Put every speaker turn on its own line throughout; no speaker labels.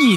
一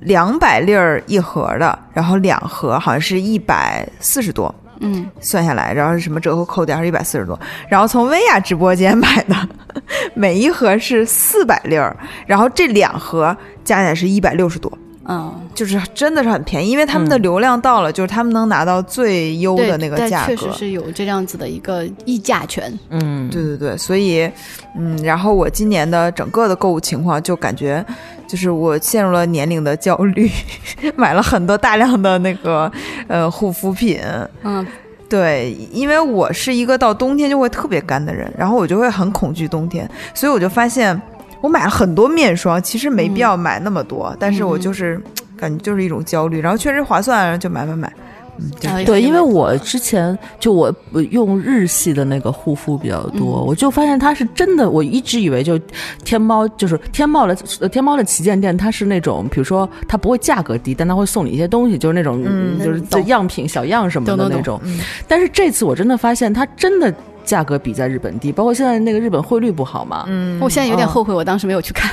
两百粒儿一盒的，然后两盒好像是一百四十多，
嗯，
算下来，然后是什么折扣扣掉是一百四十多，然后从薇娅直播间买的， 每一盒是四百粒儿，然后这两盒加起来是一百六十多。
嗯，
就是真的是很便宜，因为他们的流量到了，就是他们能拿到最优
对
的那个
但
价格。
确实是有这样子的一个议价权。
嗯，
对对对，所以，嗯，然后我今年的整个的购物情况就感觉，就是我陷入了年龄的焦虑， 买了很多大量的那个呃护肤品。
嗯，
对，因为我是一个到冬天就会特别干的人，然后我就会很恐惧冬天，所以我就发现我买了很多面霜，其实没必要买那么多，但是我就是感觉就是一种焦虑，然后确实划算，就买买买。嗯，对
然后也
对，
是
因为我之前就我呃用日系的那个护肤比较
嗯
多，我就发现它是真的。我一直以为就天猫就是天猫的呃天猫的旗舰店，它是那种比如说它不会价格低，但它会送你一些东西，就是那种、嗯就是
嗯懂
样品小样什么的
懂懂嗯
那
懂
种。但是这次我真的发现它真的价格比在日本低，包括现在那个日本汇率不好嘛，
我现在有点
嗯
后悔，我当时没有去看。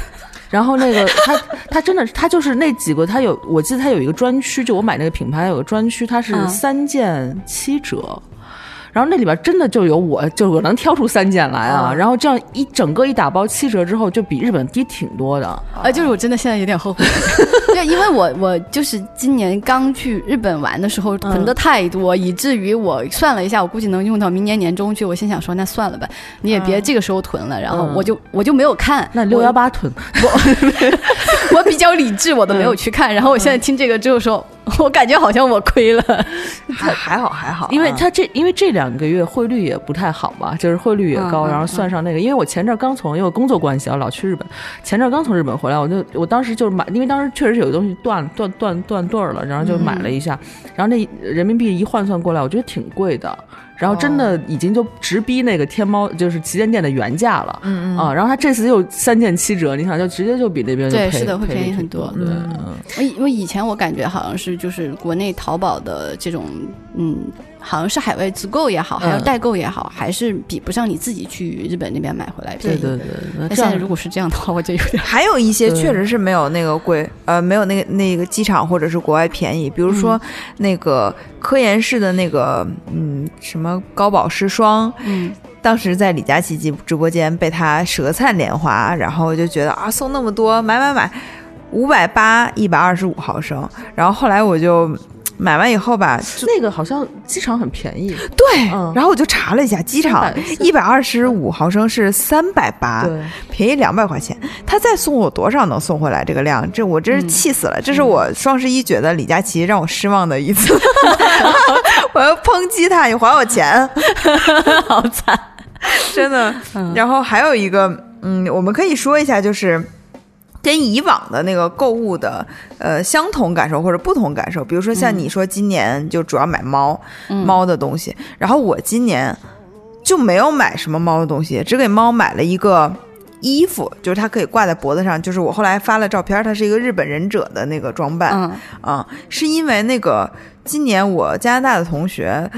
然后那个 他他真的他就是那几个他有我记得他有一个专区，就我买那个品牌有个专区，它是
嗯
三件七折。然后那里边真的就有我，就我能挑出三件来啊。然后这样一整个一打包七折之后，就比日本低挺多的。
啊，就是我真的现在有点后悔， 对，因为我我就是今年刚去日本玩的时
嗯
候囤的太多，以至于我算了一下，我估计能用到明年年中去。我心想说，那算了吧，你也别这个时候囤了。然后我就、我就没有看
嗯那六幺，八囤，
我我比较理智，我都没
嗯
有去看。然后我现在听这个之后说， 我感觉好像我亏了。
还还好还好，
因
啊
为它这因为这两个月汇率也不太好嘛，就是汇率也高，
嗯嗯
然后算上那个，因为我前阵儿刚从因为我工作关系啊，老去日本，前阵儿刚从日本回来，我就我当时就是买，因为当时确实有东西断断断断对儿了，然后就买了一
嗯
下，然后那人民币一换算过来，我觉得挺贵的。然后真
哦
的已经就直逼那个天猫就是旗舰店的原价了，嗯嗯啊，然后它这次又三件七折，你想就直接就比那边就
对
赔
是的会
赔率
便宜
挺
很多
对，嗯
我以我以前我感觉好像是就是国内淘宝的这种，嗯，好像是海外自购也好，还有
嗯
代购也好，还是比不上你自己去日本那边买回来
对
便
对
宜。
对，那
那
这
现在
样
如果是这样的话，我就有点
还有一些
对
确实是没有那个贵，呃，没有那个那个机场或者是国外便宜。比如说那个科颜氏的那个，嗯，什么高保湿霜，
嗯，
当时在李佳琦直直播间被他舌灿莲花，然后就觉得啊，送那么多，买买买，五百八一百二十五毫升。然后后来我就嘖买完以后吧，
那个好像机场很便宜，
对，
嗯
然后我就查了一下，机场
300
一百二十五毫升是三百八，
对。
便宜两百块钱，他再送我多少能送回来这个量？这我
嗯
真是气死了！这是我双十一觉得李佳琦让我失望的一次， 我要抨击他，你还我钱，
好惨。嗯
真的。然后还有一个，嗯，我们可以说一下，就是。跟以往的那个购物的呃相同感受或者不同感受，比如说像
嗯
你说今年就主要买猫、猫的东西，然后我今年就没有买什么猫的东西，只给猫买了一个衣服，就是它可以挂在脖子上。就是我后来发了照片，它是一个日本忍者的那个装扮。
嗯
啊，是因为那个今年我加拿大的同学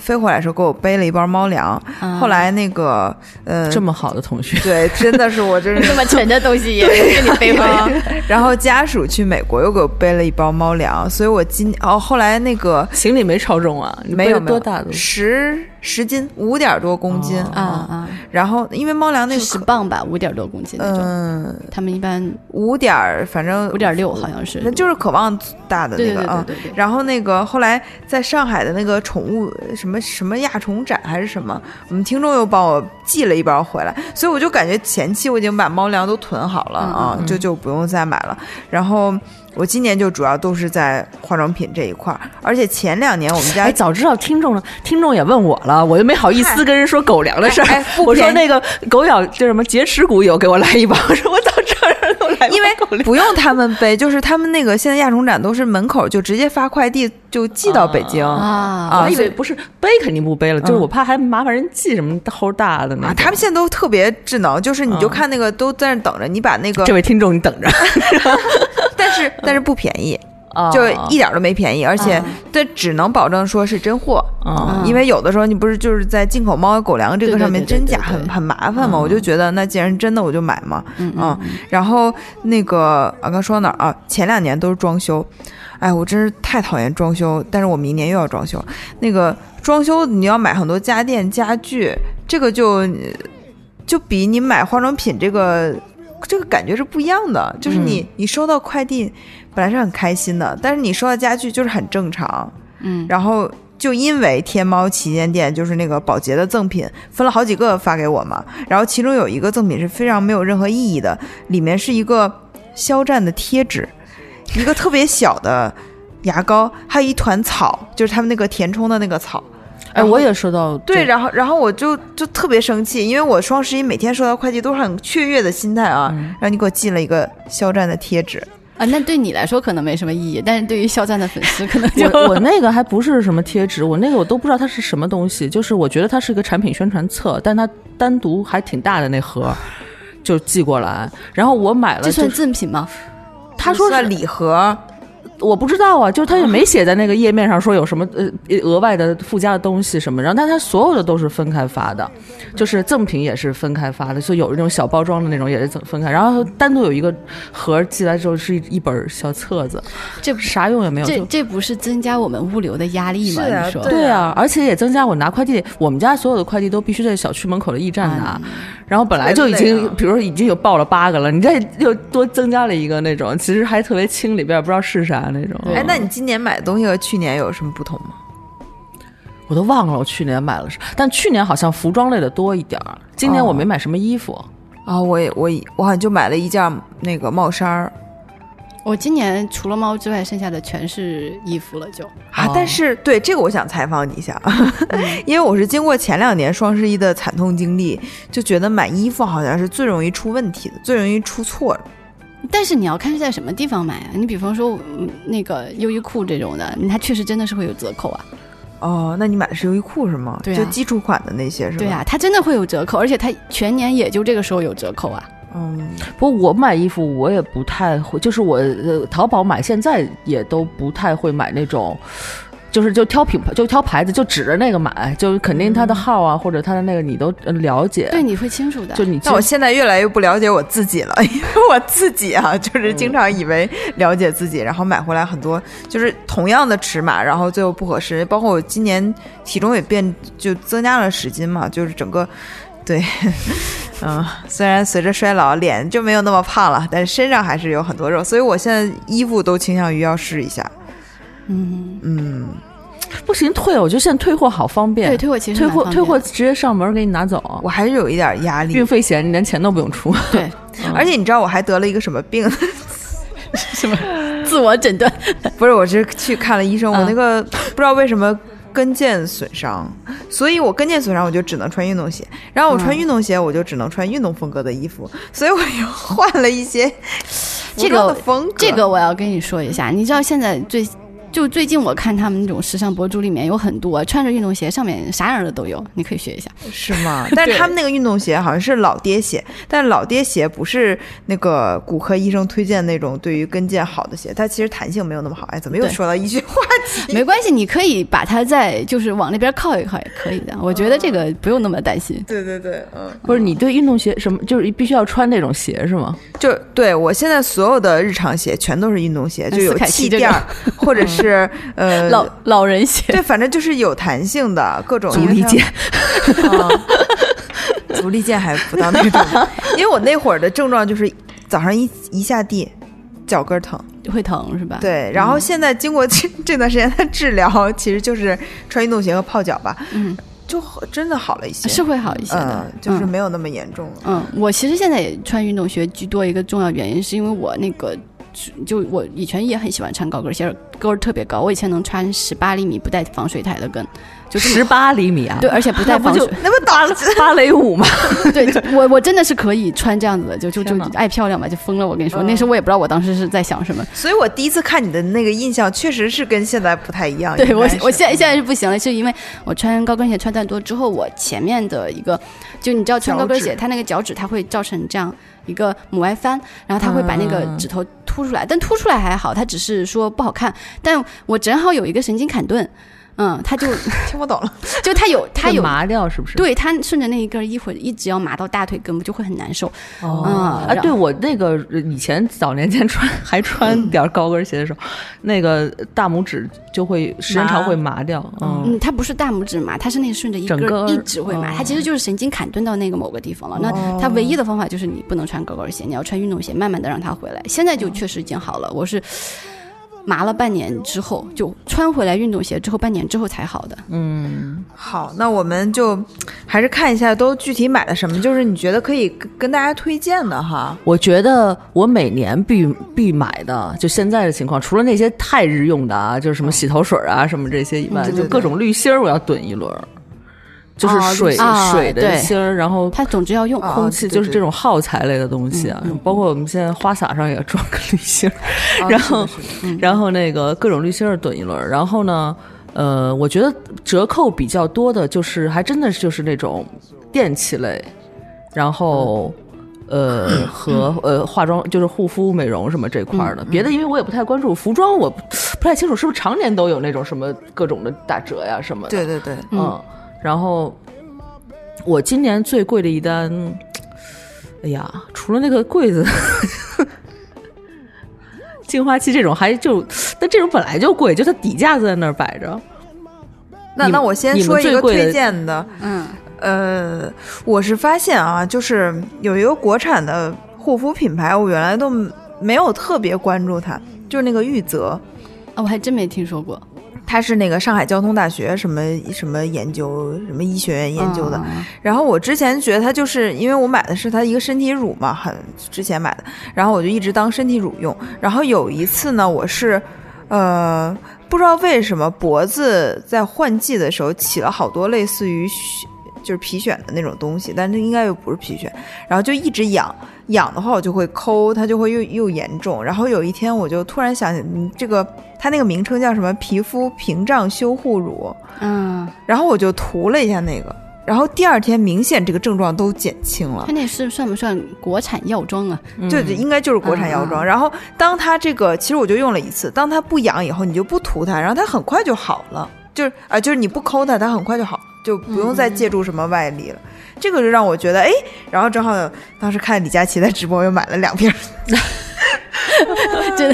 飞回来的时候给我背了一包猫粮，
啊
后来那个呃，
这么好的同学，
对，真的是我真是
这么沉的东西也给你背回
啊
来，
然后家属去美国又给我背了一包猫粮，所以我今哦后来那个
行李没超重啊？你
没有
背了多大的？
十十斤五点多公斤
啊啊，
然后因为猫粮那
是
个
十
可
磅吧，五点多公斤那种，
嗯
他们一般
五点儿反正
五点六好像是，
那就是渴望大的那
对对
个
对
啊
对。对对，
然后那个后来在上海的那个宠物什么什么亚宠展还是什么，我们听众又帮我寄了一包回来，所以我就感觉前期我已经把猫粮都囤好了啊，
嗯嗯嗯
就就不用再买了。然后我今年就主要都是在化妆品这一块儿，而且前两年我们家、
哎，早知道听众了，听众也问我了，我就没好意思跟人说狗粮的事儿。
哎哎不
我说
便宜
那个狗咬就什么劫持骨有给我来一包， 我说我早知道让给我来一包
因为
狗粮
不用他们背，就是他们那个现在亚宠展都是门口就直接发快递就寄到北京啊
啊，
我以为不是背肯定不背了，就是我怕还麻烦人寄什么齁大的呢。
嗯啊他们现在都特别智能，就是你就看那个都在那等着，你把那个
这位听众你等着，
但是但是不便宜，
啊
就
哦
一点儿都没便宜，而
嗯
且这只能保证说是真货，
啊
因为有的时候你不是就是在进口猫狗粮这个上面
对对
真
对对
假
对对
很很麻烦嘛，我就觉得那既然真的我就买嘛，
嗯
嗯，然后那个啊刚说到哪儿啊？前两年都是装修，哎，我真是太讨厌装修，但是我明年又要装修。那个装修你要买很多家电家具，这个就就比你买化妆品这个这个感觉是不一样的。就是你、
嗯
你收到快递本来是很开心的，但是你收到家具就是很正常，
嗯
然后。就因为天猫旗舰店就是那个保洁的赠品分了好几个发给我嘛，然后其中有一个赠品是非常没有任何意义的，里面是一个肖战的贴纸，一个特别小的牙膏，还有一团草，就是他们那个填充的那个草。
哎，我也收到
对，
这个
然后然后我就就特别生气，因为我双十一每天收到快递都是很雀跃的心态啊，然后你给我寄了一个肖战的贴纸，
啊，那对你来说可能没什么意义，但是对于肖战的粉丝可 能就
我我那个还不是什么贴纸，我那个我都不知道它是什么东西，就是我觉得它是一个产品宣传册，但它单独还挺大的那盒。就寄过来，然后我买了、
这
就是，
算赠品吗？
他说
算
是
礼盒，
我不知道啊，就是他也没写在那个页面上说有什么呃额外的附加的东西什么，然后但他所有的都是分开发的，就是赠品也是分开发的，就有那种小包装的那种也是分分开，然后单独有一个盒儿寄来之后是一一本小册子，
这
啥用也没有，
这
就
这不是增加我们物流的压力吗？
是啊
你说
对
对啊，而且也增加我拿快递，我们家所有的快递都必须在小区门口的驿站拿，然后本来就已
特别累
经，
啊
比如说已经有报了八个了，你这又多增加了一个那种，其实还特别轻，里边也不知道是啥那种。
哎，那你今年买的东西和去年有什么不同吗？
我都忘了我去年买了啥，但去年好像服装类的多一点儿，今年我没买什么衣服。
啊、我也我也我好像就买了一件那个帽衫儿
我今年除了猫之外，剩下的全是衣服了，就
啊
哦，
但是对这个我想采访你一下，
嗯
因为我是经过前两年双十一的惨痛经历，就觉得买衣服好像是最容易出问题的，最容易出错的。
但是你要看是在什么地方买啊？你比方说、嗯那个优衣库这种的，它确实真的是会有折扣啊。
哦，那你买的是优衣库是吗？
对啊
就基础款的那些是吧？
对啊，它真的会有折扣，而且它全年也就这个时候有折扣啊。
嗯，
不过我买衣服我也不太会，就是我呃淘宝买现在也都不太会买那种。就是就挑品牌，就挑牌子，就指着那个买，就是肯定它的号啊，或者它的那个你都呃了解。
对，，你会清楚的。
就你
但我现在越来越不了解我自己了， 因为我自己啊，就是经常以为了解自己，然后买回来很多就是同样的尺码，然后最后不合适。包括我今年体重也变，就增加了十斤嘛，就是整个，对， 嗯，虽然随着衰老脸就没有那么胖了，但是身上还是有很多肉，所以我现在衣服都倾向于要试一下。
嗯，
嗯，
不行退，我觉得现在退货好方便。
对，退货其实
退
蛮
货
方
退
便
货
的，
直接上门给你拿走
我，还是有一点压力
运，费险你连钱都不用出。
对，
而且你知道我还得了一个什么病？
自我诊断。
不是，我是去看了医生，
嗯
我那个不知道为什么跟腱损伤，所以我跟腱损伤我就只能穿运动鞋，然后我穿运动鞋我就只能穿运动风格的衣服，所以我又换了一些服
嗯 这
装
个
的风格。
这个我要跟你说一下，你知道现在最就最近我看他们那种时尚博主里面有很多穿着运动鞋，上面啥样的都有，你可以学一下。
是吗？ 但是他们那个运动鞋好像是老爹鞋，但老爹鞋不是那个骨科医生推荐那种对于跟腱好的鞋，它其实弹性没有那么好。哎，怎么又
对
说到医学话
没关系，你可以把它再就是往那边靠一靠也可以
哦
的。我觉得这个不用那么担心。
对对对，嗯，
不是你对运动鞋什么，就是必须要穿那种鞋是吗？
就对我现在所有的日常鞋全都是运动鞋，就有
斯凯奇
气
这嗯
垫儿，或者是呃
老老人鞋，
对，反正就是有弹性的各种哦
足力健，
足力健还不到那 种，因为我那会儿的症状就是早上一一下地。脚跟儿疼，
会疼是吧？，
对，然后现在经过 这这段时间的治疗，其实就是穿运动鞋和泡脚吧，
嗯，
就好真的好了一些，
是会好一些的
嗯，，就是
嗯
没有那么严重了。
嗯，我其实现在也穿运动鞋居多，一个重要原因是因为我那个就我以前也很喜欢穿高跟鞋，跟儿特别高，我以前能穿十八厘米不带防水台的跟，就这么
十八厘米啊！
对，，而且不带
那不
防水
就，
那不打了，
芭蕾舞嘛，
对我我真的是可以穿这样子的，就就就
天哪嗯
爱漂亮吧，就疯了。我跟你说，那时候我也不知道我当时是在想什么，
所以我第一次看你的那个印象，确实是跟现在不太一样。
对我
应该，是嗯
我
嗯
现在现在是不行了，是因为我穿高跟鞋穿太多之后，我前面的一个，就你知道穿高跟
脚
鞋，
趾
它那个脚趾它会造成这样一个母外翻，然后它会把那个
嗯
指头凸出来，但凸出来还好，它只是说不好看。但我正好有一个神经砍钝，嗯， 它就
听不懂了。
就它有它
会
有。
麻掉是不是？
对它顺着那一根儿一会儿一直要麻到大腿根部就会很难受，
哦，
嗯
啊，对我那个呃以前早年间穿还穿点儿高跟鞋的时候，那个大拇指就会时间长会麻掉，嗯，
嗯，它不是大拇指麻，它是那顺着一
整
根
根
儿
儿
一直会麻，
哦
它其实就是神经砍钝到那个某个地方了。那它唯一的方法就是你不能穿高跟鞋，你要穿运动鞋，慢慢的让它回来。现在
嗯
就确实已经好了，我是麻了半年之后，就穿回来运动鞋之后半年之后才好的。
嗯
好，那我们就还是看一下都具体买了什么，就是你觉得可以跟跟大家推荐的哈。
我觉得我每年必必买的，就现在的情况，除了那些太日用的啊，就是什么洗头水啊、什么这些以外，
对对
就各种滤芯儿，我要囤一轮儿，就是
哦
水、
啊
水的
对
芯儿，然后
它总之要用，
啊
空气
对
就是
对嗯
这种耗材类的东西啊，包括我们现在花洒上也装个滤芯儿，
哦
然后
嗯
然后那个各种滤芯儿囤一轮儿，然后呢，呃，我觉得折扣比较多的就是还真的是就是那种电器类，然后。呃，和呃化妆就是护肤美容什么这块儿
嗯
的，别的因为我也不太关注，服装我不不太清楚，是不是常年都有那种什么各种的打折呀什么的？
呃
对对对，
嗯，然后我今年最贵的一单，哎呀，除了那个柜子。 净化器这种还就，但这种本来就贵，就它底价在那儿摆着。
那
你
那我先
你们
说一
最
个
贵的
推荐的，
嗯，
呃，我是发现啊，就是有一个国产的护肤品牌，我原来都没有特别关注它，就是那个玉泽，
啊，我还真没听说过
它是那个上海交通大学什么什么研究什么医学院研究的，
嗯
然后我之前觉得它就是因为我买的是它一个身体乳嘛，很之前买的，然后我就一直当身体乳用。然后有一次呢，我是，呃，不知道为什么脖子在换季的时候起了好多类似于血就是皮癣的那种东西，但那应该又不是皮癣，然后就一直痒。痒的话，我就会抠，它就会又又严重。然后有一天，我就突然想起，嗯这个它那个名称叫什么？皮肤屏障修护乳。
嗯，
然后我就涂了一下那个，然后第二天明显这个症状都减轻了
它，那是算不算国产药妆啊？
嗯
对对，应该就是国产药妆。然后当它这个，其实我就用了一次，当它不痒以后，你就不涂它，然后它很快就好了，就是啊、就是你不抠它，它很快就好，就不用再借助什么外力了。这个就让我觉得哎，然后正好当时看李佳琦的直播，又买了两瓶。
这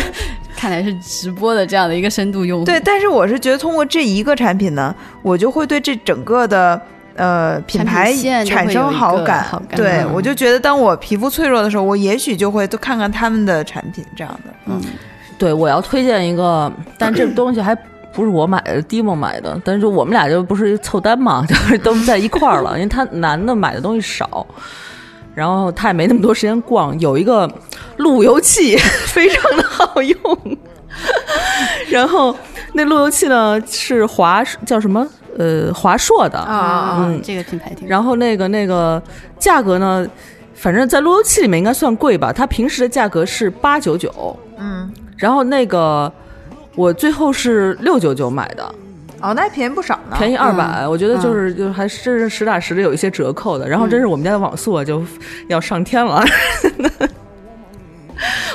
看来是直播的这样的一个深度用户。
对，但是我是觉得通过这一个产品呢，我就会对这整个的呃品
产品
牌
线就
产
会
生
有一
好
个
感。
好感
对，
嗯
我就觉得当我皮肤脆弱的时候，我也许就会多看看他们的产品这样的。嗯，
对，我要推荐一个，但这东西还不是我买的，蒂莫买的，但是我们俩就不是凑单嘛， 就是都在一块儿了，因为他男的买的东西少，然后他也没那么多时间逛。有一个路由器 非常的好用，然后那路由器呢是华叫什么？呃，华硕的啊
啊，这个品牌挺。
然后那个那个价格呢，反正在路由器里面应该算贵吧，它平时的价格是八九九，嗯，然后那个我最后是六九九买的，
哦，那还便宜不少呢。
便宜二百、我觉得就是、就是还是实打实的有一些折扣的。然后真是我们家的网速啊就要上天了，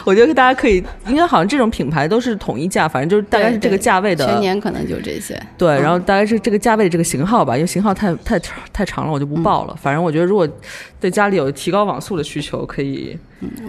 我觉得大家可以，应该好像这种品牌都是统一价，反正就是大概是这个价位的。
全年可能就这些。
对，然后大概是这个价位的这个型号吧，因为型号太太太长了，我就不报了。反正我觉得，如果对家里有提高网速的需求，可以。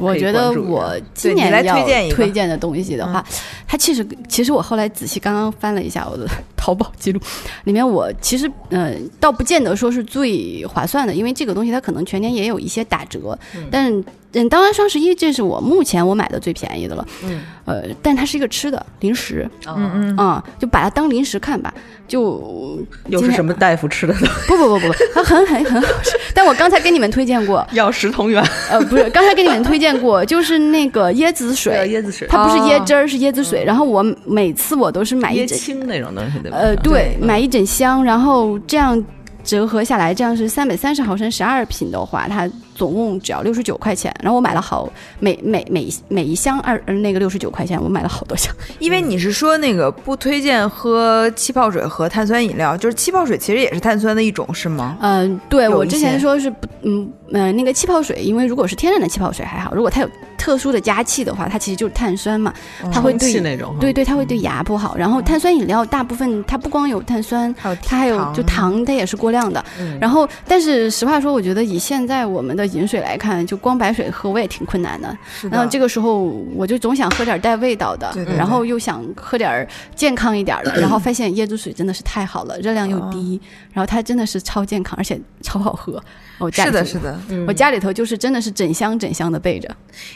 我觉得我今
对
年
你来
要
推荐一个嗯
推荐的东西的话，它其实其实我后来仔细刚刚翻了一下我的 淘宝记录，里面我其实嗯、呃倒不见得说是最划算的，因为这个东西它可能全年也有一些打折，但嗯，当然双十一这是我目前我买的最便宜的了，
嗯，
呃，但它是一个吃的零食，
嗯嗯，
啊、就把它当零食看吧，就
又
今
是
天
什么 大夫吃的呢？
不不不不，不它很很很好吃，但我刚才给你们推荐过，
药食同源，
呃，不是，刚才给你们推荐过，就是那个椰子
对，
水，
椰子水，
它不是椰汁儿，是椰子水。然后我每次我都是买一
椰
整，
青那种东西，对吧？
呃，对，
嗯
买一整箱，然后这样折合下来，这样是三百三十毫升十二瓶的话，它总共只要六十九块钱。然后我买了好每每每每一箱二呃那个六十九块钱，我买了好多箱。
因为你是说那个不推荐喝气泡水和碳酸饮料，就是气泡水其实也是碳酸的一种，是吗？
嗯、对
有
我
一
之前
些
说是不，嗯呃，那个气泡水，因为如果是天然的气泡水还好，如果它有特殊的加气的话，它其实就是碳酸嘛，它会
呃空
对
嗯气那种，
对对，它会对牙不好。
嗯
然后碳酸饮料大部分它不光有碳酸，
还有
它还有就糖，它也是过量的。
嗯
然后，但是实话说，我觉得以现在我们的饮水来看，就光白水喝我也挺困难的。然后嗯这
个
个时候，我就总想喝点带味道的
对对，对
然后又想喝点儿健康一点儿的，然后发现椰子水真的是太好了，热量又
哦
低，然后它真的是超健康，而且超好喝。我家
是
里
的，
头
是。的。嗯
我家里头就是真的是整箱整箱的备着，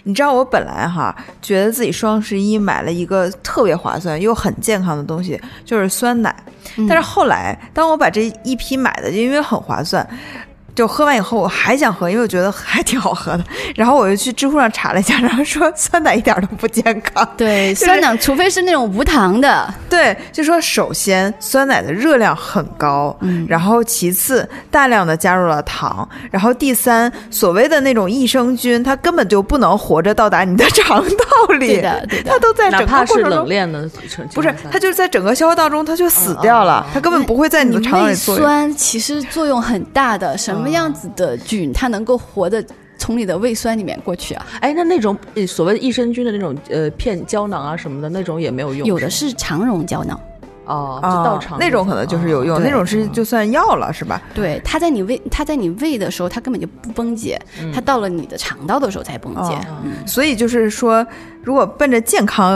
你知道我本来哈觉得自己双十一买了一个特别划算又很健康的东西，就是酸奶。
嗯
但是后来，当我把这一批买的，就因为很划算，就喝完以后我还想喝，因为我觉得还挺好喝的。然后我就去知乎上查了一下，然后说酸奶一点都不健康。
对
就是
酸奶，除非是那种无糖的，
对，就说首先酸奶的热量很高，
嗯
然后其次大量的加入了糖，然后第三所谓的那种益生菌，它根本就不能活着到达你的肠道里，
对 的对的
它都在
哪
整个
怕
过
是
程
冷
中。
链的，
不是，它就是在整个消化道中，它就死掉了，它根本不会在你的肠道
胃
里作用。
酸其实作用很大
嗯
的，什么样子的菌它能够活的从你的胃酸里面过去啊？
哎，那那种呃所谓益生菌的那种呃片胶囊啊什么的，那种也没有用，
有的是肠溶胶囊，
哦，就
啊
到场
那种可能就是
哦
有用，那种
嗯
是就算药了，是吧？
对，它在你胃它在你胃的时候，它根本就不崩解，它到了你的肠道的时候才崩解。
嗯哦
嗯
所以就是说，如果奔着健康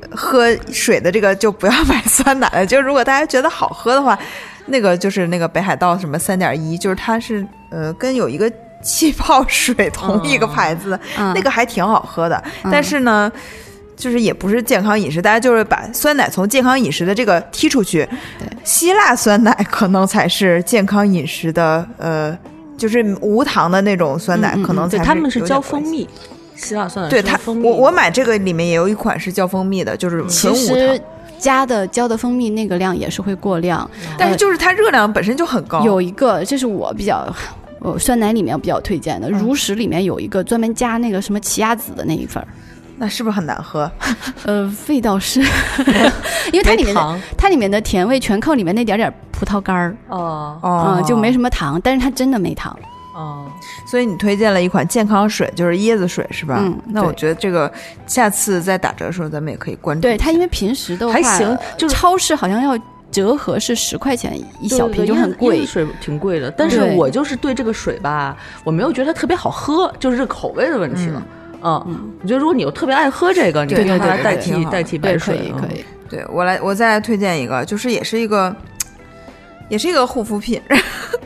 呃喝水的这个，就不要买酸奶了。就是如果大家觉得好喝的话，那个就是那个北海道什么三点一，就是它是呃跟有一个气泡水同一个牌子的，
嗯
那个还挺好喝的。但是呢。就是也不是健康饮食，大家就是把酸奶从健康饮食的这个踢出去。希腊酸奶可能才是健康饮食的，呃，就是无糖的那种酸奶，可能才
嗯对，他们
是
是
有
浇
点关系
蜂蜜，希腊
啊
酸奶
对
是用
它，
蜂蜜
我我
的
买这个里面也有一款是叫蜂蜜的，就是
嗯其
纯无
实
糖，
加的胶的蜂蜜那个量也是会过量，
但是就是它热量本身就很高。
呃有一个，这是我比较。呃，酸奶里面比较推荐的，
嗯
如实里面有一个专门加那个什么奇亚籽的那一份儿，
那是不是很难喝？
呃，味 道是，因为它里
没
面的
糖
它里面的甜味全靠里面那点儿点儿葡萄干儿，
哦
啊、
哦
就没。什么糖，但是它真的没糖。
哦，
所以你推荐了一款健康水，就是椰子水，是吧？
嗯
那
对
我觉得这个下次在打折的时候，咱们也可以关注。
对，它因为平时的话
还行就是
超市好像要折合是十块钱一
对
小
对
瓶，
对
就
椰
很
子椰
贵
子。水挺贵的。但是
对
我就是对这个水吧，我没有觉得它特别好喝，就是这口味的问题了。嗯，我觉得如果你又特别爱喝这个，你可
对
以用
对
它
对
代
对
替
挺好
代替
对，
白
可
水。嗯
以可以。
对我来，我再来推荐一个，就是也是一个，也是一个护肤品，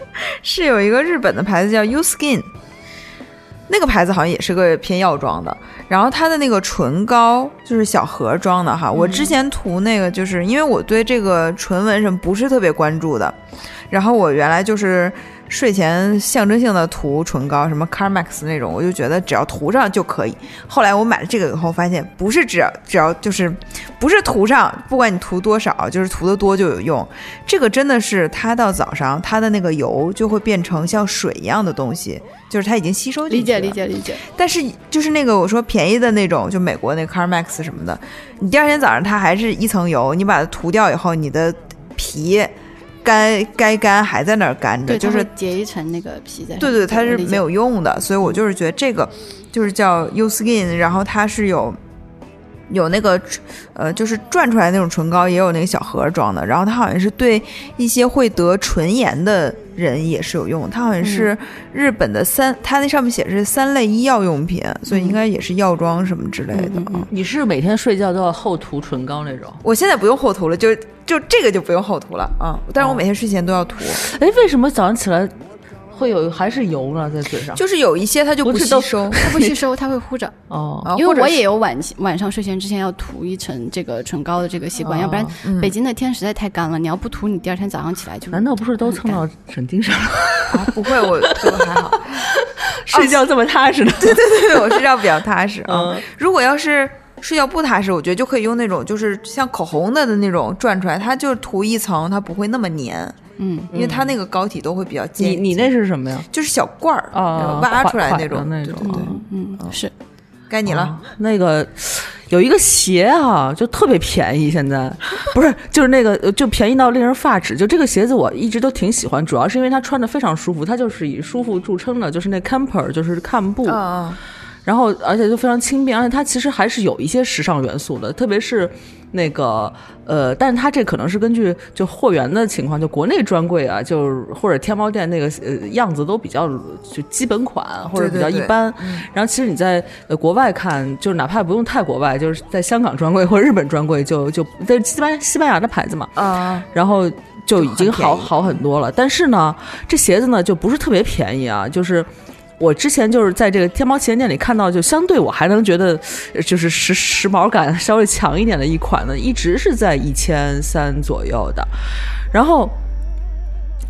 是有一个日本的牌子叫 U Skin，那个牌子好像也是个偏药妆的。然后它的那个唇膏就是小盒装的哈，
嗯
我之前涂那个，就是因为我对这个唇纹什么不是特别关注的，然后我原来就是。睡前象征性的涂唇膏，什么 CarMax 那种，我就觉得只要涂上就可以。后来我买了这个以后，发现不是只要只要就是不是涂上，不管你涂多少，就是涂的多就有用。这个真的是它到早上，它的那个油就会变成像水一样的东西，就是它已经吸收进去
理解
了
理。解理解，
但是就是那个我说便宜的那种，就美国那 CarMax 什么的，你第二天早上它还是一层油，你把它涂掉以后，你的皮干该干还在那儿干着，
对，
就
它
是
会结一层那个皮在上面。
对对，它是
我理解
没有用的，所以我就是觉得这个就是叫 U Skin，然后它是有有那个呃，就是转出来那种唇膏，也有那个小盒装的，然后它好像是对一些会得唇炎的人也是有用，它好像
嗯
是日本的三，它那上面写是三类医药用品，所以应该也是药妆什么之类的。啊
嗯嗯嗯
你是每天睡觉都要厚涂唇膏那种？
我现在不用厚涂了，就就这个就不用厚涂了啊！但是
哦
我每天睡前都要 涂，
哎，为什么早上起来会有还是油呢在嘴上？
就是有一些它就
不是
吸
都
收，
它不吸收，它会糊着。
哦，
啊
因
或
为
者
我
是
也有晚晚上睡前之前要涂一层这个唇膏的这个习惯，要不然北京的天实在太干了，你要不涂，你第二天早上起来就
难道不是都蹭到枕巾上了？
啊不会，我就还好。
睡觉这么踏实呢？对对，
对 我睡觉比较踏实
嗯
啊。如果要是睡觉不踏实，我觉得就可以用那种就是像口红的那种转出来，它就涂一层，它不会那么粘，
嗯，
因为它那个膏体都会比较坚
你
硬。
你那是什么呀？
就是小罐儿
啊
挖
垮
出来
垮
那种，
的那
对
种哦
对对，
嗯是
该你了。
啊那个有一个鞋哈、就特别便宜，现在不是就是那个呃就便宜到令人发指。就这个鞋子我一直都挺喜欢，主要是因为它穿的非常舒服，它就是以舒服著称的，就是那 Camper，就是看布。
嗯嗯，
然后而且就非常轻便，而且它其实还是有一些时尚元素的，特别是那个呃，但是它这可能是根据就货源的情况，就国内专柜啊，就是或者天猫店那个呃样子都比较呃就基本款或者比较
对对
一
对
般。嗯然后其实你在呃国外看，就是哪怕不用太国外，就是在香港专柜或者日本专柜就就在西班西班牙的牌子嘛，
啊、
然后就已经好
就很便宜
好很多了。但是呢，这鞋子呢就不是特别便宜啊，就是。我之前就是在这个天猫旗舰店里看到，就相对我还能觉得，呃就是时时髦感稍微强一点的一款呢，一直是在一千三左右的。然后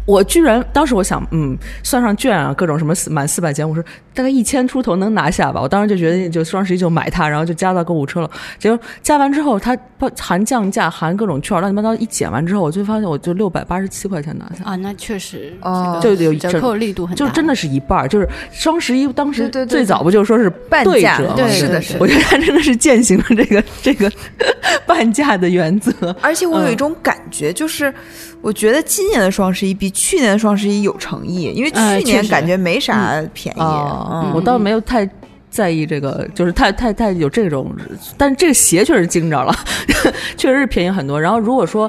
我居然当时我想，嗯，算上券啊，各种什么四满四百减五十，大概一千出头能拿下吧。我当时就决定就双十一就买它，然后就加到购物车了。结果加完之后，它包含降价、含各种券儿，乱七八糟一减完之后，我就发现我就六百八十七块钱拿下。
啊，那确实
哦
这个
就有一
折
整
扣力度很大，
就真的是一半儿，就是双十一当时
对对对
最早不就是说是
半
对
价
折吗
对
是的
对
是的
我觉得它真的 是践行了这个这个半价的原则。
而且我有一种感觉，就是我觉得今年的双十一比去年的双十一有诚意，因为
呃
去
确
年
实
感觉没啥便宜。
哦，
嗯
我倒没有太在意这个，就是太太太有这种，但是这个鞋确实惊着了， 确实是便宜很多。然后如果说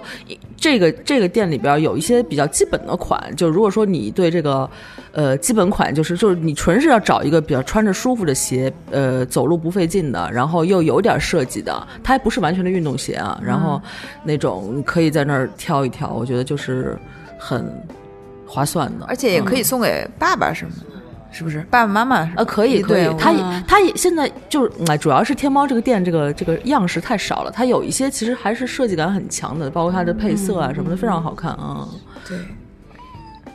这个这个店里边有一些比较基本的款，就如果说你对这个呃基本款，就是就是你纯是要找一个比较穿着舒服的鞋，呃走路不费劲的，然后又有点设计的，它还不是完全的运动鞋啊，然
嗯
后那种可以在那儿挑一挑，我觉得就是很划算的，嗯
而且也可以送给爸爸什么的，是不是？爸爸妈妈
啊，可以可以，它
他
也
嗯
它也现在就是，哎，主要是天猫这个店这个这个样式太少了，它有一些其实还是设计感很强的，包括它的配色啊什么的，非常好看啊。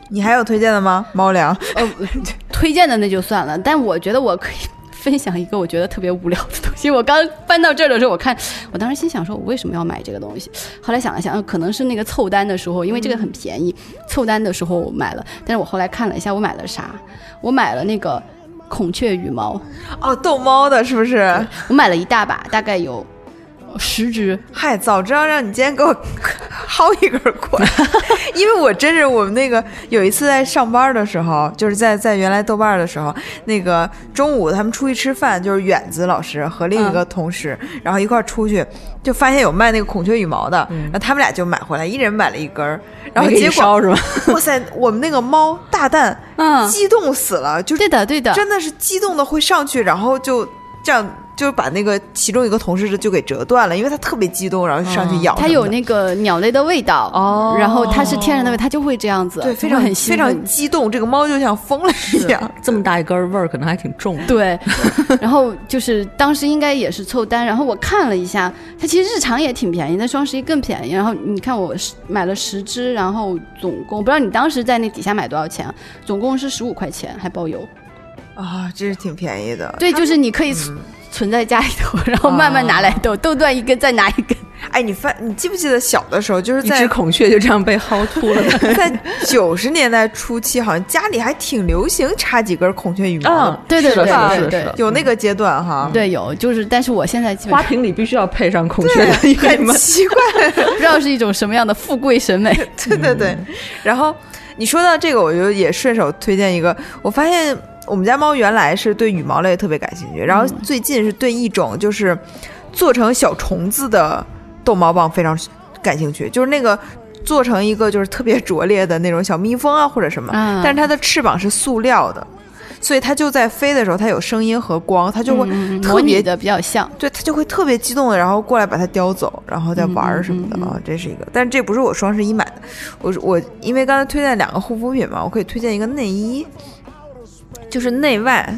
你还有推荐的吗？猫粮
呃，推荐的那就算了，但我觉得我可以分享一个我觉得特别无聊的东西。我刚翻到这儿的时候，我看，我当时心想说，我为什么要买这个东西？后来想了想，呃可能是那个凑单的时候，因为这个很便宜，凑单的时候我买了。但是我后来看了一下，我买了啥？我买了那个孔雀羽毛，
哦，逗猫的是不是？
我买了一大把，大概有十只。
嗨，早知道让你今天给我 薅一根 过来，因为我真是我们那个有一次在上班的时候，就是在在原来豆瓣儿的时候，那个中午他们出去吃饭，就是远子老师和另
嗯
一个同事，然后一块儿出去，就发现有卖那个孔雀羽毛的，然后他们俩就买回来，一人买了一根儿，然后
嗯没给
结
你
果
烧是吧？
哇塞，我们那个猫大蛋，
嗯
激动死了，就是
对的，对的，
真的是激动的会上去，然后就这样，就是把那个其中一个同事就给折断了，因为他特别激动，然后上去咬什么的、
嗯它有那个鸟类的味道，
哦
然后它是天然的味，它就会这样子，
对
就
非
会
常
很
非
兴
常
奋
激动，这个猫就像疯了一样。
这么大一根儿味儿，可能还挺重的。
对， 然后就是当时应该也是凑单，然后我看了一下，它其实日常也挺便宜，但双十一更便宜。然后你看我是买了十只，然后总共我不知道你当时在那底下买多少钱啊，总共是十五块钱，还包邮。
啊，这是挺便宜的。嗯哦
对，就是你可以存存在家里头，然后慢慢拿来斗，斗断一根再拿一根。
哎，你发你记不记得小的时候，就是
一只
在
孔雀就这样被薅秃了的。
在九十年代初期，好像家里还挺流行插几根孔雀羽毛的，
对
嗯
对
是的
对
是的
对
是的
对
是的
有那个阶段哈。
对，有就是，但是我现在基本
花
上
瓶里必须要配上孔雀的羽
哎很
毛。
奇怪，
不知道是一种什么样的富贵审美。
对对对。然后你说到这个，我就也顺手推荐一个。我发现我们家猫原来是对羽毛类特别感兴趣，然后最近是对一种就是做成小虫子的逗猫棒非常感兴趣，就是那个。做成一个就是特别拙劣的那种小蜜蜂啊，或者什么，
嗯
但是它的翅膀是塑料的，所以它就在飞的时候，它有声音和光，它就会
嗯嗯嗯模
特别
拟的比较像，
对他就会特别激动的，然后过来把它叼走，然后再玩儿什么的
嗯嗯嗯
啊、这是一个。但这不是我双十一买的，我我因为刚才推荐两个护肤品嘛，我可以推荐一个内衣，就是内外，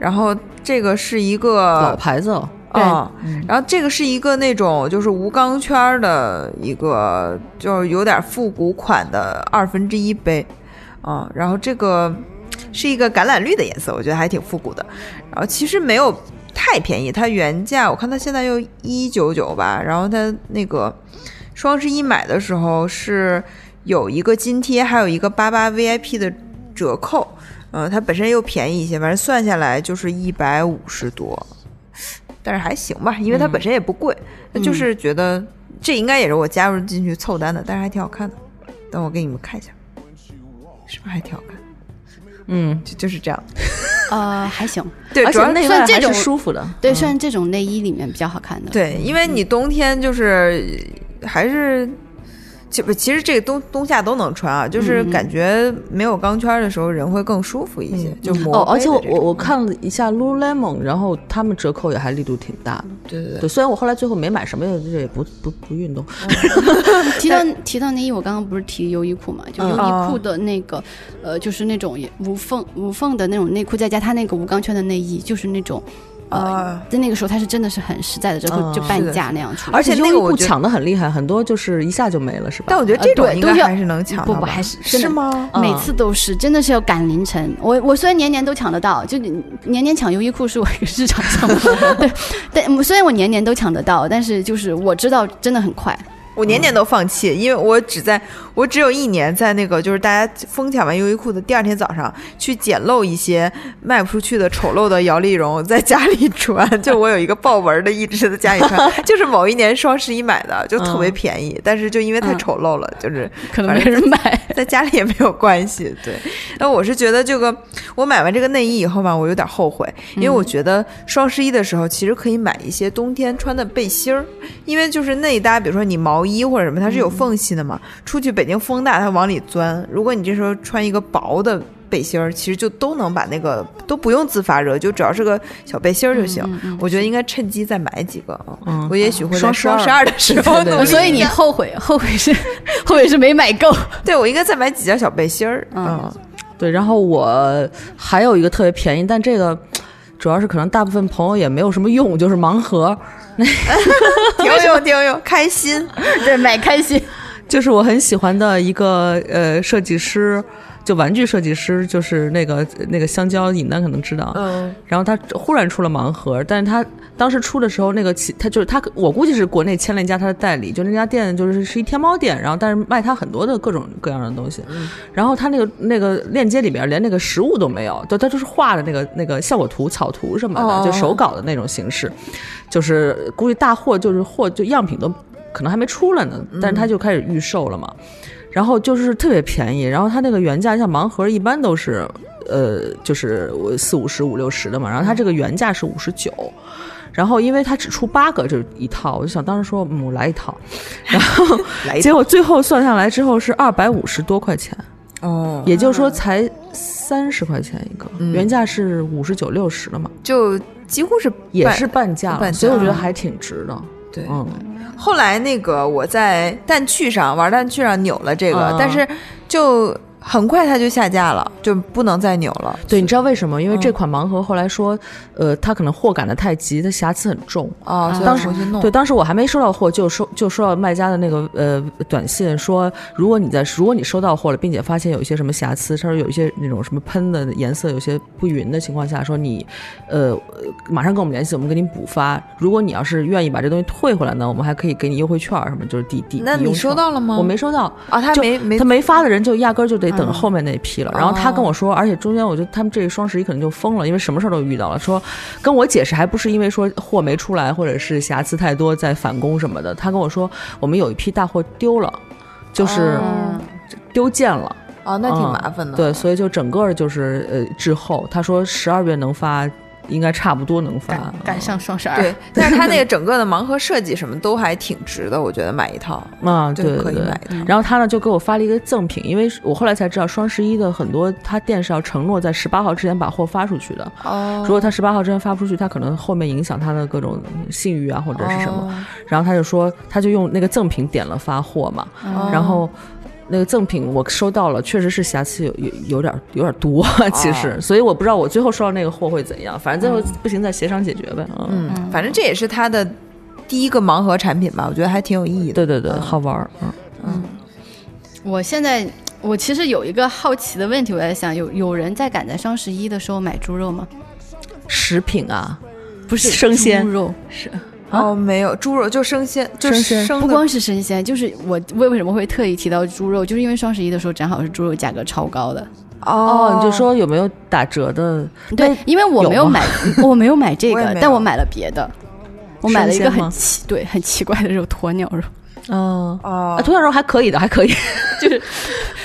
然后这个是一
老
个
牌子哦，
啊、然后这个是一个那种就是无钢圈儿的一个，就是有点复古款的二分之一杯啊、然后这个是一个橄榄绿的颜色，我觉得还挺复古的。然后其实没有太便宜，它原价我看它现在又一九九吧，然后它那个双十一买的时候是有一个津贴，还有一个八八 VIP 的折扣。嗯，它本身又便宜一些，反正算下来就是一百五十多，但是还行吧，因为它本身也不贵，那就是觉得这应该也是我加入进去凑单的，但是还挺好看的。等我给你们看一下，是不是还挺好看？
嗯，
就就是这样。
呃，还行。
对，
而
主
且
要
内
算
外
这
还是
种
舒服的。
对，算这种内衣里面比较好看的。
嗯对，因为你冬天就是还是，其不其实这个冬冬夏都能穿啊，就是感觉没有钢圈的时候人会更舒服一些，嗯就磨
哦，而且我
黑的这
我
种
我看了一下 Lululemon，然后他们折扣也还力度挺大的。
对对嗯对，
对，虽然我后来最后没买什么，这也不不不运动。
提到提到内衣，我刚刚不是提优衣库嘛？就
嗯
优衣库的那个，呃，就是那种也无缝无缝的那种内裤，再加它那个无钢圈的内衣，就是那种，呃
啊，
在那个时候它是真的是很实在的折
嗯
扣，就是半
的
价那样出来。
而且
那
优
个
衣
我
库
觉得
抢的很厉害，很多就是一下就没了，是吧？
但我觉得
呃
这种
对
应
都
该
要
还是能抢到
不
吧，
不还是真的
是吗？
嗯
每次都是，真的是要赶凌晨。我我虽然年年都抢得到，就年年抢优衣库是我一个日常项目， 对，但虽然我年年都抢得到，但是就是我知道真的很快，
我年年都放弃，因为我只在我只有一年在那个就是大家疯抢完优衣库的第二天早上去捡漏一些卖不出去的丑陋的摇粒绒，在家里穿。就我有一个豹纹的，一直在家里穿，就是某一年双十一买的，就特别便宜，但是就因为太丑陋了，就是
可能没人买。
在家里也没有关系。对，那我是觉得这个，我买完这个内衣以后吧，我有点后悔，因为我觉得双十一的时候其实可以买一些冬天穿的背心儿，因为就是内搭，比如说你毛衣或者什么，它是有缝隙的嘛，出去北京风大，它往里钻。如果你这时候穿一个薄的。背心儿其实就都能把那个都不用自发热，就只要是个小背心儿就行。我觉得应该趁机再买几个啊！
嗯
我也许会在
双十
双
二
十二的时候
对对对
努力
所以你后悔，后悔是 后悔是没买够。
对我应该再买几件小背心儿。
嗯
嗯，
对，然后我还有一个特别便宜，但这个主要是可能大部分朋友也没有什么用，就是盲盒。
挺有用，挺有用，开心。
对，买开心。
就是我很喜欢的一个呃设计师，就玩具设计师，就是那个那个香蕉尹丹可能知道，啊
嗯，
然后他忽然出了盲盒，但是他当时出的时候，那个其他就是他，我估计是国内签了一家他的代理，就那家店就是是一天猫店，然后但是卖他很多的各种各样的东西，
嗯
然后他那个那个链接里边连那个实物都没有，就他就是画的那个那个效果图、草图什么的，
哦
就手稿的那种形式，就是估计大货就是货就样品都可能还没出来呢，但是他就开始预售了嘛。然后就是特别便宜，然后它那个原价像盲盒一般都是，呃，就是我四五十五六十的嘛，然后它这个原价是五十九，然后因为它只出八个这一套，我就想当时说，嗯，我来一套，然后
来一套
结果最后算下来之后是二百五十多块钱，
哦，
也就是说才三十块钱一个，
嗯
原价是五十九六十的嘛，
就几乎是
也
半
是半价了
半价
所以我觉得还挺值的，
对。
嗯，
后来那个我在蛋趣上玩蛋趣上扭了这个，
嗯
但是就很快它就下架了，就不能再扭了。
对，你知道为什么？因为
嗯
这款盲盒后来说，呃，它可能货赶得太急，它瑕疵很重。
哦，所以
啊当
我
时
回去弄。
对，当时我还没收到货，就收就收到卖家的那个呃短信说，如果你在如果你收到货了，并且发现有一些什么瑕疵，甚至有一些那种什么喷的颜色有些不匀的情况下，说你呃呃马上跟我们联系，我们给你补发。如果你要是愿意把这东西退回来呢，我们还可以给你优惠券儿什么，就是抵抵。
那
抵
你
用
收
券
到了吗
我没收到。
啊，他
就
没没嗯哦
他没发的人就压根儿就得等后面那批了。然后他跟我说，而且中间我觉得他们这双十一可能就疯了，因为什么事儿都遇到了。说跟我解释还不是因为说货没出来或者是瑕疵太多在返工什么的，他跟我说我们有一批大货丢了，就是
嗯
丢件了。
哦，那挺
嗯
麻烦的。
对，所以就整个就是呃滞后。他说十二月能发，应该差不多能发。
赶赶上双十 二，
对，但是它那个整个的盲盒设计什么都还挺值的，我觉得买一套
啊，
就
对对
可以
对
买一套。
然后他呢就给我发了一个赠品，因为我后来才知道双十一的很多他店是要承诺在十八号之前把货发出去的。
哦
如果他十八号之前发不出去，他可能后面影响他的各种信誉啊或者是什么。然后他就说，他就用那个赠品点了发货嘛，
哦
嗯
然后。那个赠品我收到了，确实是瑕疵有有有点有点多，其实，所以我不知道我最后收到那个货会怎样，反正最后不行再协商解决呗。嗯，
嗯，反正这也是它的第一个盲盒产品吧，我觉得还挺有意义的。
对对对，好玩儿。嗯，
我现在我其实有一个好奇的问题，我在想，有有人在赶在双十一的时候买猪肉吗？
食品啊，
不是
生鲜
猪肉，
哦，没有猪肉就生鲜，就
啊生鲜
生
不
的
光是生鲜，就是我为为什么会特意提到猪肉，就是因为双十一的时候正好是猪肉价格超高的。
哦
哦，，你就说有没有打折的？
对，因为我没
有
有
吗
买，我没有买这
我也
个
没，有
但我买了别的。我买了一个
生鲜吗
很奇，对，很奇怪的肉，鸵鸟肉，
哦，
哦
啊，，鸵鸟肉还可以的，还 可以，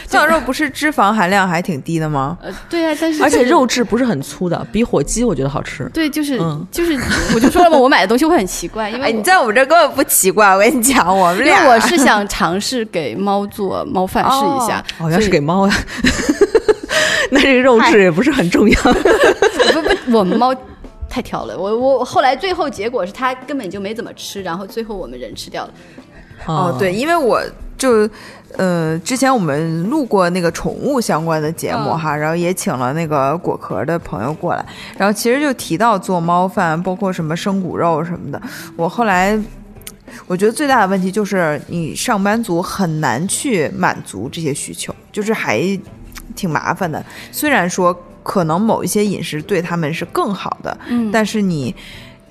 鸵鸟肉不是脂肪含量还挺低的吗？
呃，对啊，但是
而且
就是
肉质不是很粗的，比火鸡我觉得好吃。
对，就是、
嗯
就是，我就说了嘛，我买的东西会很奇怪，因为
哎，
我
你在我们这儿根本不奇怪，我跟你讲，我们
因
俩
为我是想尝试给猫做猫饭试一下，
哦，原来是
所以
给猫呀、 那这个肉质也不是很重 要。
不不，我们猫太挑了。我我后来最后结果是它根本就没怎么吃，然后最后我们人吃掉了。
哦， 对，因为我就呃，之前我们录过那个宠物相关的节目哈，然后也请了那个果壳的朋友过来，然后其实就提到做猫饭，包括什么生骨肉什么的。我后来我觉得最大的问题就是，你上班族很难去满足这些需求，就是还挺麻烦的。虽然说可能某一些饮食对他们是更好的，
嗯
但是你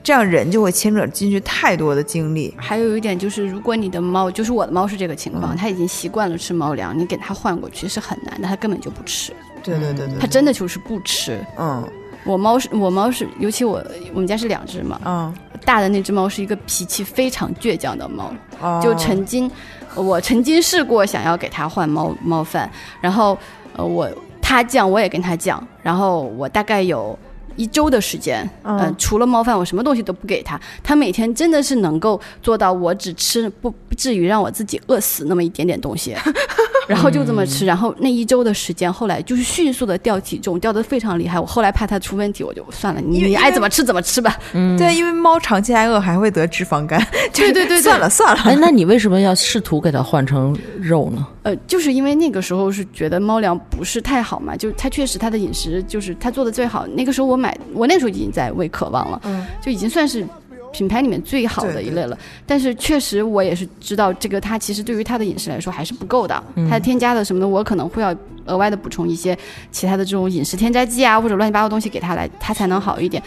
这样人就会牵扯进去太多的精力。
还有一点就是，如果你的猫，就是我的猫是这个情况，它已经习惯了吃猫粮，你给它换过去是很难的，它根本就不吃，
对对对对
它真的就是不吃。
嗯
我猫是我猫是，尤其我我们家是两只嘛，
嗯。
大的那只猫是一个脾气非常倔强的猫，
哦
就曾经，呃我曾经试过想要给它换猫猫饭，然后呃我他犟我也跟他犟，然后我大概有一周的时间，嗯、
嗯
除了猫饭我什么东西都不给他，他每天真的是能够做到我只吃不不至于让我自己饿死那么一点点 东西。然后就
嗯
这么吃，然后那一周的时间，后来就是迅速的掉体重，掉的非常厉害。我后来怕它出问题，我就算了，你
因为
你
因
爱
为
怎么吃怎么吃吧。
对，因为猫长期挨饿还会得脂肪 肝，就是
对对对
算了算了，
哎，那你为什么要试图给它换成肉呢？
呃，就是因为那个时候是觉得猫粮不是太好嘛，就它确实它的饮食就是它做的最好。那个时候我买，我那时候已经在喂渴望了，
嗯
就已经算是品牌里面最好的
对
一
对
类了。但是确实我也是知道，这个它其实对于它的饮食来说还是不够的，
嗯
它添加的什么的，我可能会要额外的补充一些其他的这种饮食添加剂啊，或者乱七八糟东西给它来，它才能好一点。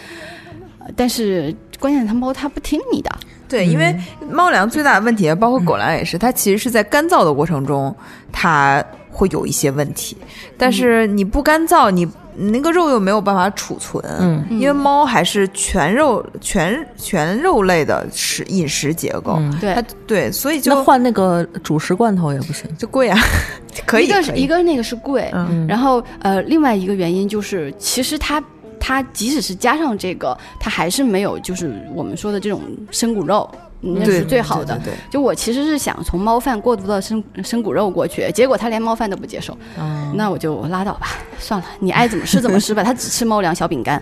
呃但是关键它猫它不听你的，
对，因为猫粮最大的问题，包括狗粮也是，它其实是在干燥的过程中，它会有一些问题。但是你不干燥，你你那个肉又没有办法储存，
嗯
因为猫还是全肉全全肉类的食饮食结构，
对
它对，所以
嗯那
就
换那个主食罐头也不行。
就贵啊， 可以
一个是
可以
一个那个是贵，
嗯
然后呃，另外一个原因就是，其实它它即使是加上这个，它还是没有就是我们说的这种生骨肉，那
对
是最好的。
对对对
就我其实是想从猫饭过渡到生生骨肉过去，结果他连猫饭都不接受，
哦
那我就拉倒吧，算了，你爱怎么吃怎么吃吧，他 只吃猫粮小饼干。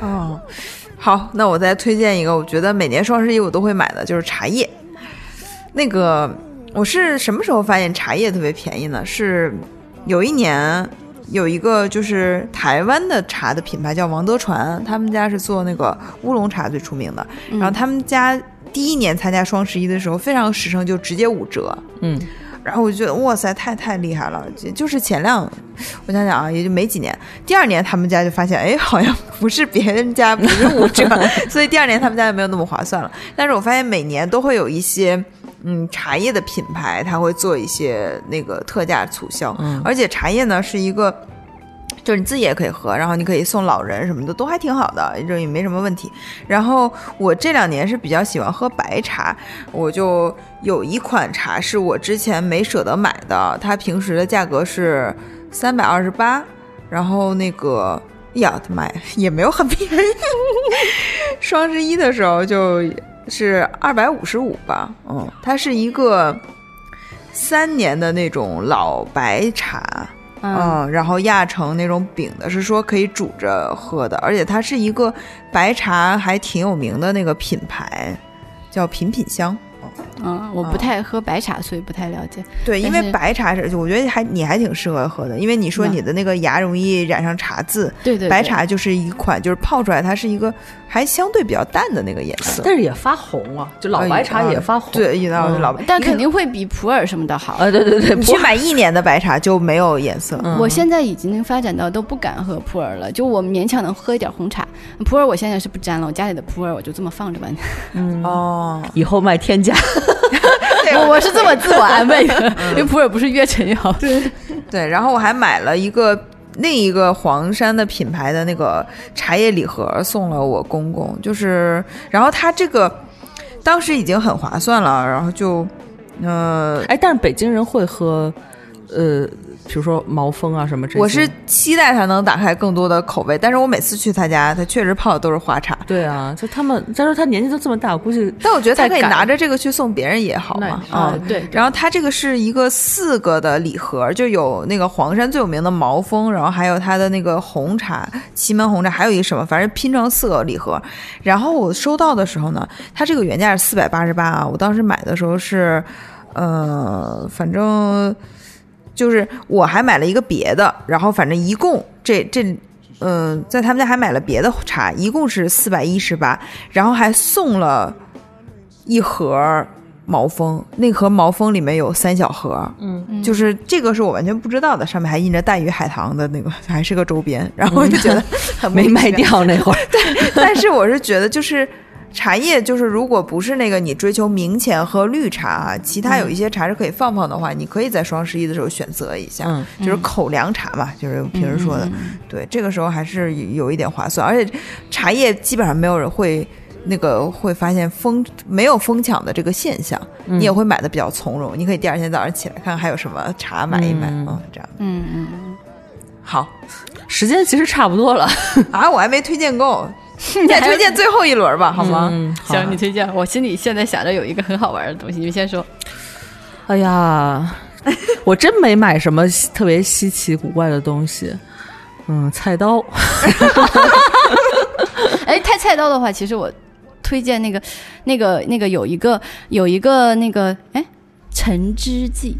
哦，好，那我再推荐一个，我觉得每年双十一我都会买的，就是茶叶。那个我是什么时候发现茶叶特别便宜呢？是有一年有一个就是台湾的茶的品牌叫王德传，他们家是做那个乌龙茶最出名的，然后他们家第一年参加双十一的时候非常实诚，就直接五折。
嗯，
然后我就觉得哇塞，太太厉害了！就就是前两，我想想啊，也就没几年。第二年他们家就发现，哎，好像不是别人家不是五折，所以第二年他们家就没有那么划算了。但是我发现每年都会有一些。嗯，茶叶的品牌它会做一些那个特价促销，而且茶叶呢是一个，就是你自己也可以喝，然后你可以送老人什么的，都还挺好的，这也没什么问题。然后我这两年是比较喜欢喝白茶，我就有一款茶是我之前没舍得买的，它平时的价格是三百二十八，然后那个哎呀，他妈呀，也没有很便宜，双十一的时候就是二百五十五吧，嗯，它是一个三年的那种老白茶，
嗯，
嗯，然后压成那种饼的，是说可以煮着喝的，而且它是一个白茶还挺有名的那个品牌，叫品品香。
嗯，我不太喝白茶，所以不太了解。
对，因为
但是
哦白茶是，我觉得还你还挺适合喝的，因为你说
嗯
你的那个牙容易染上茶渍，
对对，
白
对
茶就是一款就是泡出来它是一个还相对比较淡的那个颜色。
但是也发红啊，就老白茶也发红。
对，一到老白，
嗯但
因为
肯定会比普洱什么的好。
啊，对对对，
你
不
去买一年的白茶就没有颜色。
我现在已经发展到都不敢喝普洱了，就我勉强能喝一点红茶。普洱我现在是不沾了，我家里的普洱我就这么放着吧。
哦，
嗯以后卖天 价。
对
我我是这么自我安慰的，因为普洱不是越陈越好。
对，然后我还买了一个另一个黄山的品牌的那个茶叶礼盒送了我公公，就是，然后他这个当时已经很划算了，然后就，呃，
哎，但是北京人会喝，呃，比如说毛峰啊什么这些。
我是期待他能打开更多的口味，但是我每次去他家，他确实泡的都是花茶，
对啊，就他们再说他年纪都这么大，我估计
但我觉得他
再
可以
改
拿着这个去送别人也好
那
嘛，
也
啊、
啊，对，
然后它这个是一个四个的礼盒，就有那个黄山最有名的毛峰，然后还有它的那个红茶、祁门红茶，还有一个什么，反正拼成四个礼盒。然后我收到的时候呢，它这个原价是四百八十八啊，我当时买的时候是，呃，反正就是我还买了一个别的，然后反正一共这这。嗯，在他们家还买了别的茶，一共是四百一十八，然后还送了一盒毛峰，那盒毛峰里面有三小盒，嗯，就是这个是我完全不知道的，上面还印着带鱼海棠的那个，还是个周边，然后我就觉得很
嗯
莫
没
名
卖
其妙
掉那会儿。
但是我是觉得，就是茶叶，就是如果不是那个你追求明前喝绿茶，其他有一些茶是可以放放的话，你可以在双十一的时候选择一下，
嗯
就是口粮茶嘛，就是平时说的，对，这个时候还是有一点划算，而且茶叶基本上没有人会。那个会发现疯没有疯抢的这个现象，
嗯
你也会买的比较从容。你可以第二天早上起来看看还有什么茶买一买，嗯这样
嗯嗯，
好
时间其实差不多了，
啊。我还没推荐够，你再推荐最后一轮吧，好吗？
嗯，好
行，你推荐。我心里现在想着有一个很好玩的东西，你们先说。
哎 呀，我真没买什么稀特别稀奇古怪的东西。嗯，菜刀，
哎，太菜刀的话，其实我推荐那个、那个、那个有一个有一个那个哎，橙汁剂，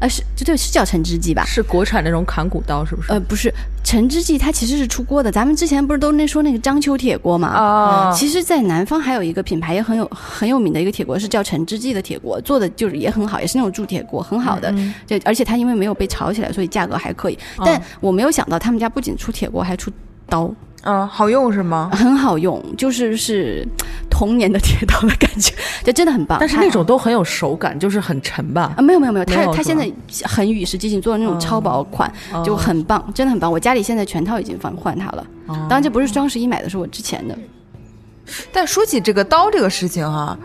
啊是就对是叫橙汁剂吧？
是国产那种砍骨刀，是不是？啊
呃，不是，橙汁剂它其实是出锅的。咱们之前不是都那说那个章丘铁锅嘛？
哦嗯
啊
其实，在南方还有一个品牌也很有很有名的一个铁锅，是叫橙汁记的铁锅，做的就是也很好，也是那种铸铁锅，很好的。
嗯
对，而且它因为没有被炒起来，所以价格还可以。但我没有想到他们家不仅出铁锅，还出刀，
嗯，好用是吗？
很好用，就是是童年的铁刀的感觉，这真的很棒。
但是
它
那种都很有手感，就是很沉吧
啊，。没有没有没有，它
没有
它
是
现
吧嗯
在很与时俱进，做的那种超薄款，
哦
就很棒，真的很棒。我家里现在全套已经放换它了，
嗯
当然这不是双十一买的，是我之前的。
但说起这个刀这个事情哈、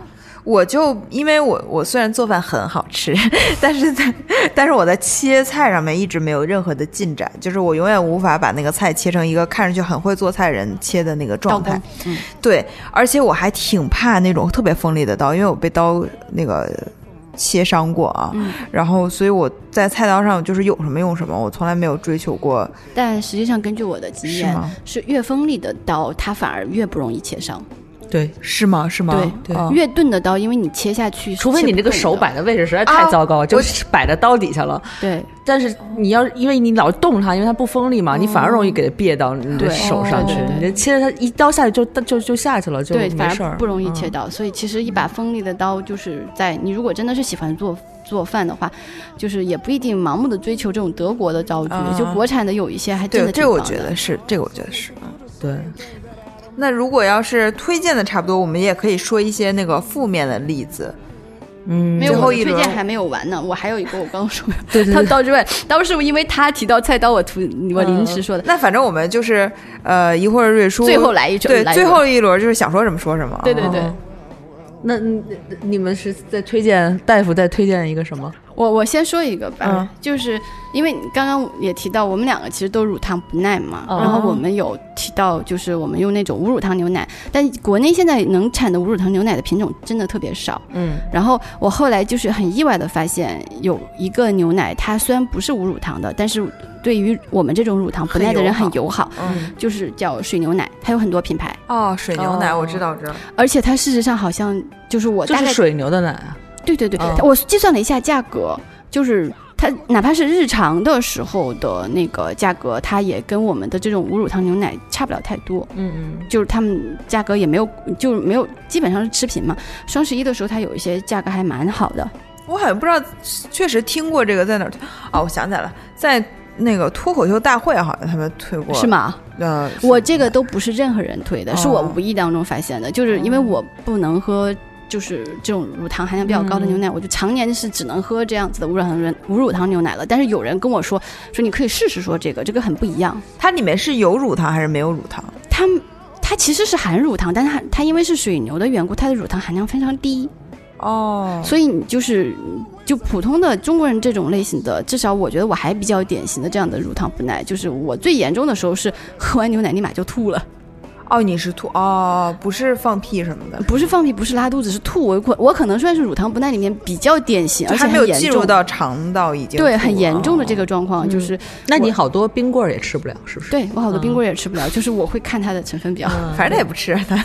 我就因为我我虽然做饭很好吃， 但是在但是我在切菜上面一直没有任何的进展，就是我永远无法把那个菜切成一个看上去很会做菜人切的那个状态
刀。工嗯
对，而且我还挺怕那种特别锋利的刀，因为我被刀那个切伤过啊。
嗯
然后，所以我在菜刀上就是有什么用什么，我从来没有追求过。
但实际上，根据我的经
是
验
吗，
是越锋利的刀，它反而越不容易切伤。
对，
是吗？是吗？
对
哦
越钝的刀，因为你切下去，
除非你这个手，摆的位置实在太糟糕了，就是摆在刀底下了。
对，
但是你要因为你老动它，因为它不锋利嘛，你反而容易给它别到你的
对
手上去
对对。
你
对
这切着它一刀下去就就就下去了，就
对，
没
反
事儿嗯
而，不容易切
嗯
到。所以其实一把锋利的刀，就是在你如果真的是喜欢做做饭的话，就是也不一定盲目的追求这种德国的刀具，
啊
就国产的有一些还
对，
真的
这
挺
个我
棒
觉
的
得是，这个我觉得是。
对，
那如果要是推荐的差不多，我们也可以说一些那个负面的例子。
嗯
没有，
最后
我的
一
推
轮
荐还没有完呢，我还有一个我刚 刚说的，
对对
他
对
刀之外，当时我因为他提到菜刀，我突我临
嗯
时说的，
那反正我们就是呃，一会儿瑞叔
最后来一句，
对
来一
最
轮
后一轮就是想说什么说什么。
对对对，
哦那你你们是在推荐大夫在推荐一个什么？
我我先说一个吧，
嗯
就是因为你刚刚也提到，我们两个其实都乳糖不耐嘛，
哦
然后我们有提到，就是我们用那种无乳糖牛奶，但国内现在能产的无乳糖牛奶的品种真的特别少。
嗯，
然后我后来就是很意外的发现，有一个牛奶，它虽然不是无乳糖的，但是对于我们这种乳糖不耐的人很
很
友好，
嗯
就是叫水牛奶，它有很多品牌，
哦，水牛奶
哦
我知道，我知道。
而且它事实上好像就是我
就
大
是
概
水牛的奶啊。
对对对，
嗯
它我计算了一下价格，就是它哪怕是日常的时候的那个价格，它也跟我们的这种无乳糖牛奶差不了太多，
嗯嗯，
就是他们价格也没有，就没有基本上是持平嘛。双十一的时候，它有一些价格还蛮好的，
我好像不知道，确实听过这个在哪儿推啊？我想起来了，在那个脱口秀大会好像他们推过，
是？吗？
呃，
我这个都不是任何人推的，是我
哦
无意当中发现的，就是因为我不能喝。就是这种乳糖含量比较高的牛奶，我就常年是只能喝这样子的无乳糖人无乳糖牛奶了。但是有人跟我说，说你可以试试说这个，这个很不一样。
它里面是有乳糖还是没有乳糖？
它它其实是含乳糖，但它它因为是水牛的缘故，它的乳糖含量非常低，
哦
所以你就是就普通的中国人这种类型的，至少我觉得我还比较典型的这样的乳糖不耐，就是我最严重的时候是喝完牛奶立马就吐了，
哦，你是吐哦，不是放屁什么的，
不是放屁，不是拉肚子，是吐。我可我可能算是乳糖不耐里面比较典型，
就
而且
还
很
没有
严
进
重
入到肠道已经
对
吐
很
了
严重的这
哦
个状况，就是
那你好多冰棍儿也吃不了，是嗯不是？
对我好多
嗯
冰棍儿也吃不了，就是我会看它的成分表。
反正他也不吃，他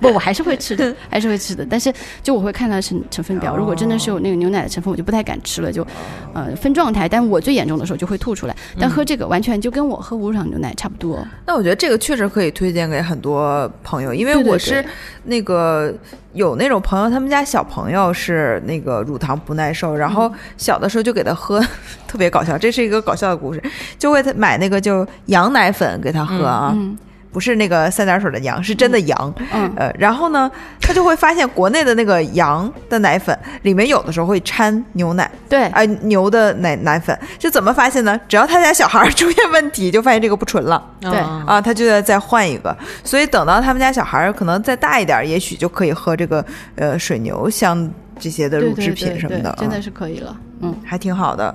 不，我还是会 吃的，还是会吃的。但是就我会看它成成分表，如果真的是有那个牛奶的成分，我就不太敢吃了，就，呃，分状态。但我最严重的时候就会吐出来，但
嗯
喝这个完全就跟我喝无糖牛奶差不多。
那我觉得这个确实可以推荐给很多朋友，因为
对对
我是
对
那个有那种朋友，他们家小朋友是那个乳糖不耐受，然
嗯
后小的时候就给他喝， 特别搞笑，这是一个搞笑的故事，就会他买那个就羊奶粉给他喝啊。
嗯
不是那个三点水的羊，是真的羊。
嗯
呃，然后呢，他就会发现国内的那个羊的奶粉里面有的时候会掺牛奶，
对，
哎、牛的奶奶粉，这怎么发现呢？只要他家小孩儿出现问题，就发现这个不纯了。
对
嗯
啊，他就要再换一个，所以等到他们家小孩儿可能再大一点儿，也许就可以喝这个呃水牛像这些的
对
乳
对
制
对
品什么
对
的，
真
啊
的是可以了。嗯，
还挺好的。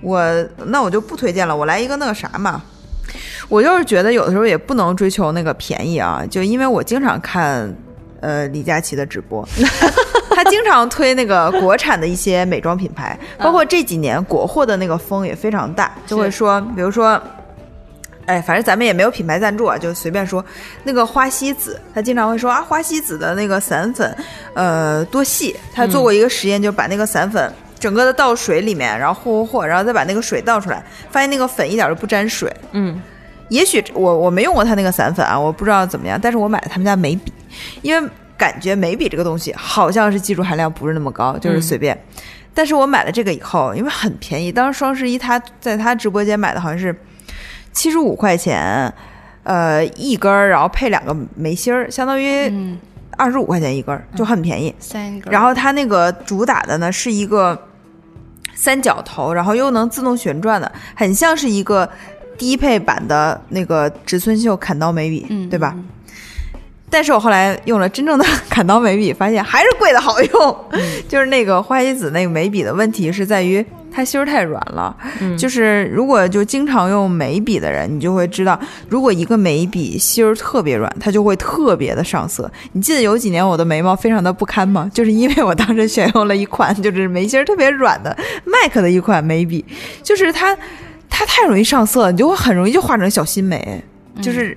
我那我就不推荐了，我来一个那个啥嘛，我就是觉得有的时候也不能追求那个便宜啊，就因为我经常看呃李佳琦的直播。 他经常推那个国产的一些美妆品牌，包括这几年国货的那个风也非常大，就会说，比如说哎，反正咱们也没有品牌赞助啊，就随便说。那个花西子，他经常会说啊，花西子的那个散粉，呃，多细。他做过一个实验，就把那个散粉整个的倒水里面，然后和和和，然后再把那个水倒出来，发现那个粉一点都不沾水。
嗯，
也许我我没用过他那个散粉啊，我不知道怎么样，但是我买了他们家眉笔，因为感觉眉笔这个东西好像是技术含量不是那么高，就是随便。但是我买了这个以后，因为很便宜，当时双十一他在他直播间买的好像是七十五块钱，呃，一根儿，然后配两个眉心儿，相当于二十五块钱一根儿，就很便宜。
三个。
然后它那个主打的呢是一个三角头，然后又能自动旋转的，很像是一个低配版的那个植村秀砍刀眉笔，
嗯
对吧？但是我后来用了真正的 砍刀眉笔，发现还是贵的好用。就是那个花西子那个眉笔的问题是在于它芯儿太软了，就是如果就经常用眉笔的人，你就会知道，如果一个眉笔芯儿特别软，它就会特别的上色。你记得有几年我的眉毛非常的不堪吗？ 就是因为我当时选用了一款就是眉芯儿特别软的 MAC 的一款眉笔，就是它它太容易上色，你就会很容易就画成小心眉，就是。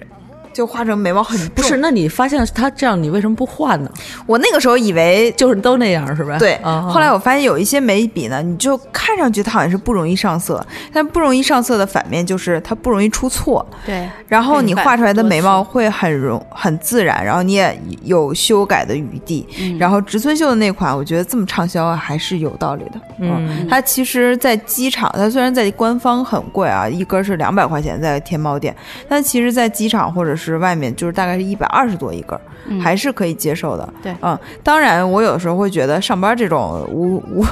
就画成眉毛很重
不是，，那你发现他这样，你为什么不换呢？
我那个时候以为
就是都那样是吧？
对，
啊、
后来我发现有一些眉笔呢，你就看上去它好像是不容易上色，但不容易上色的反面就是它不容易出错。
对，
然后你
明白
画出来的
我
眉
是
毛会很容很自然，然后你也有修改的余地。
嗯
然后植村秀的那款，我觉得这么畅销啊，还是有道理的。
嗯，
它其实，在机场，它虽然在官方很贵啊，一根是两百块钱，在天猫店，但其实，在机场或者是外面，就是大概是一百二十多一根，
嗯
还是可以接受的。
对
嗯，当然，我有时候会觉得上班这种无无。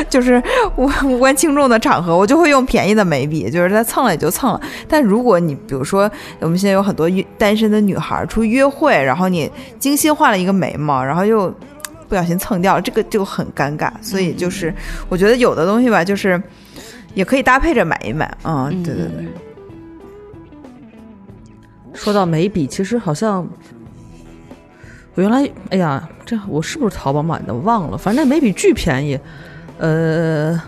就是无无关轻重的场合，我就会用便宜的眉笔，就是它蹭了也就蹭了。但如果你比如说，我们现在有很多约单身的女孩出去约会，然后你精心画了一个眉毛，然后又不小心蹭掉了，这个就很尴尬。所以就是，
嗯
我觉得有的东西吧，就是也可以搭配着买一买。嗯，
嗯
对对对，
嗯
说到眉笔，其实好像我原来，哎呀，这我是不是淘宝买的？我忘了，反正那眉笔巨便宜，呃，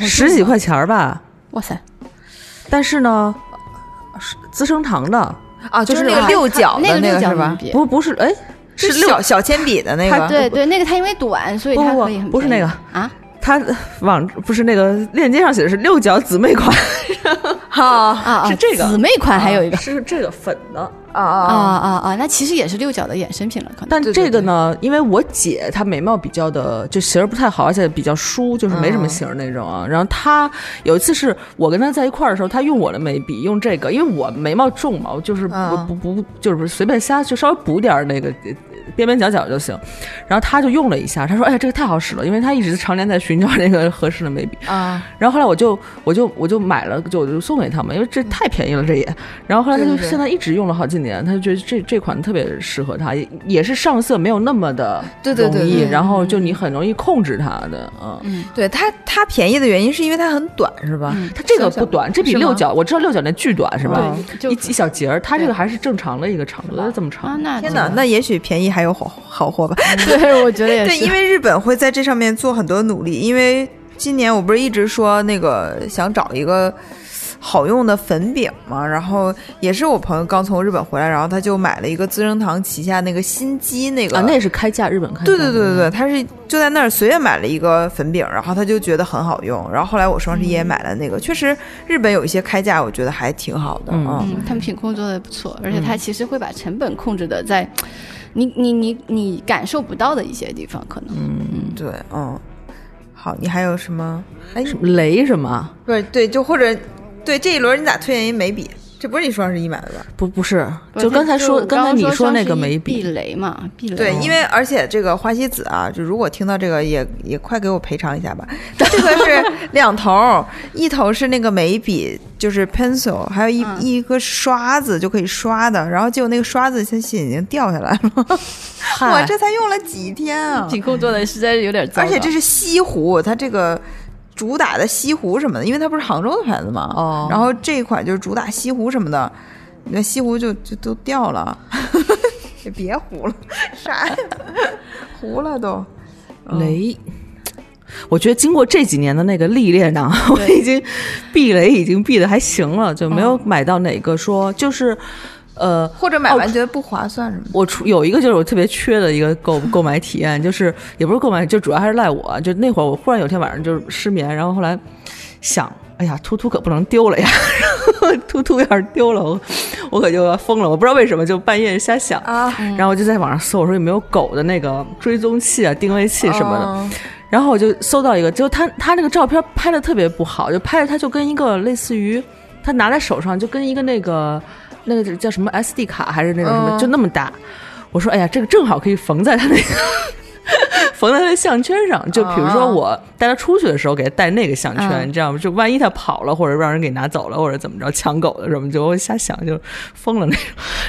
十几块钱儿吧。
哇塞，
但是呢，是资生堂的，
啊，就是那
那
个
个
六角
那
的那
六
个
角
是吧
眉？笔
不不是，哎，
是小小铅笔的那
它
个。
对对，那个它因为短，所以
不
它
不
可以很
不是
便宜
那个
啊，
它网不是那个链接上写的是六角姊妹款，
好啊
啊啊，
是这个
姊妹款还有一个
是这个粉的。
啊
啊
啊！
啊啊，那其实也是六角的衍生品了，可能。
但
对对
这个呢，因为我姐她眉毛比较的就型儿不太好，而且比较疏，就是没什
嗯
么型儿那种啊。然后她有一次是我跟她在一块儿的时候，她用我的眉笔，用这个，因为我眉毛重嘛，我就是不、
嗯
不不就是随便瞎就稍微补点儿那个呃边边角角就行。然后她就用了一下，她说：“哎呀，这个太好使了，因为她一直常年在寻找那个合适的眉笔。”
啊，
然后后来我就我就我就买了，就我就送给他们，因为
嗯
这太便宜了，这也。然后后来他
对
就
对对
现在一直用了好几年，他就觉得这这款特别适合他，也也是上色没有那么的
对对对
容易
对
然后就
嗯
你很容易控制它的，嗯。
对它它便宜的原因是因为它很短，
嗯
是吧？
它这个
小小
不短，这比
是吗
六角我知道六角那巨短是吧？
对就
一一小节儿，它这个还是正常的一个长度，它这么
啊，
长。
那
天哪，那也许便宜还有好好货吧？
对，我觉得 也
对，
是。
因为日本会在这上面做很多努力，因为今年我不是一直说那个想找一个好用的粉饼嘛，然后也是我朋友刚从日本回来，然后他就买了一个资生堂旗下那个新机那个
啊，那是开价，日本开价。
对对对对对，他是就在那儿随便买了一个粉饼，然后他就觉得很好用，然后后来我双十一也买了那个，确实日本有一些开价，我觉得还挺好的，
嗯
嗯
嗯，他们品控做的不错，而且它其实会把成本控制的在，你你你你感受不到的一些地方，可能。
对，嗯，好，你还有什么？哎，你
雷什么？
不是对，就或者对这一轮你咋推荐一眉笔？这不是你双十一买的吧？
不不是，
不是
就刚才说，
我
刚才
刚
你
说
说那个
双十一
眉
避
笔，哦
雷嘛，避雷。
对，因为而且这个花西子啊，就如果听到这个也也快给我赔偿一下吧。它这个是两头儿，一头是那个眉笔，就是 pencil，还有一、
嗯
一个刷子就可以刷的，然后结果那个刷子现在已经掉下来了，我
嗨，
这才用了几天啊！
品控做的实在是有点糟糕，
而且这是西湖，它这个主打的西湖什么的，因为它不是杭州的牌子嘛。
哦
然后这一款就是主打西湖什么的，那西湖就就都掉了， 也别糊了，啥 呀，糊了都。嗯
雷。我觉得经过这几年的那个历练呢，我已经避雷已经避的还行了，就没有买到哪个说就是，呃，
或者买
哦
完觉得不划算什么的。
我出有一个就是我特别缺的一个购购买体验，就是也不是购买，就主要还是赖我。啊就那会儿我忽然有天晚上就是失眠，然后后来想，哎呀，突突可不能丢了呀， 然后突突要是丢了，我我可就要疯了。我不知道为什么就半夜瞎想，
啊
然后我就在网上搜，我说有没有狗的那个追踪器啊、定位器什么的。
嗯
然后我就搜到一个，就他他那个照片拍的特别不好，就拍的他就跟一个类似于他拿在手上就跟一个那个那个叫什么 SD 卡还是那种什么，
嗯
就那么大。我说哎呀，这个正好可以缝在他那个 缝在他的项圈上。就比如说我带他出去的时候给他带那个项圈，
哦嗯
你知道吗？就万一他跑了或者让人给拿走了或者怎么着抢狗的什么，就我瞎想就疯了那种。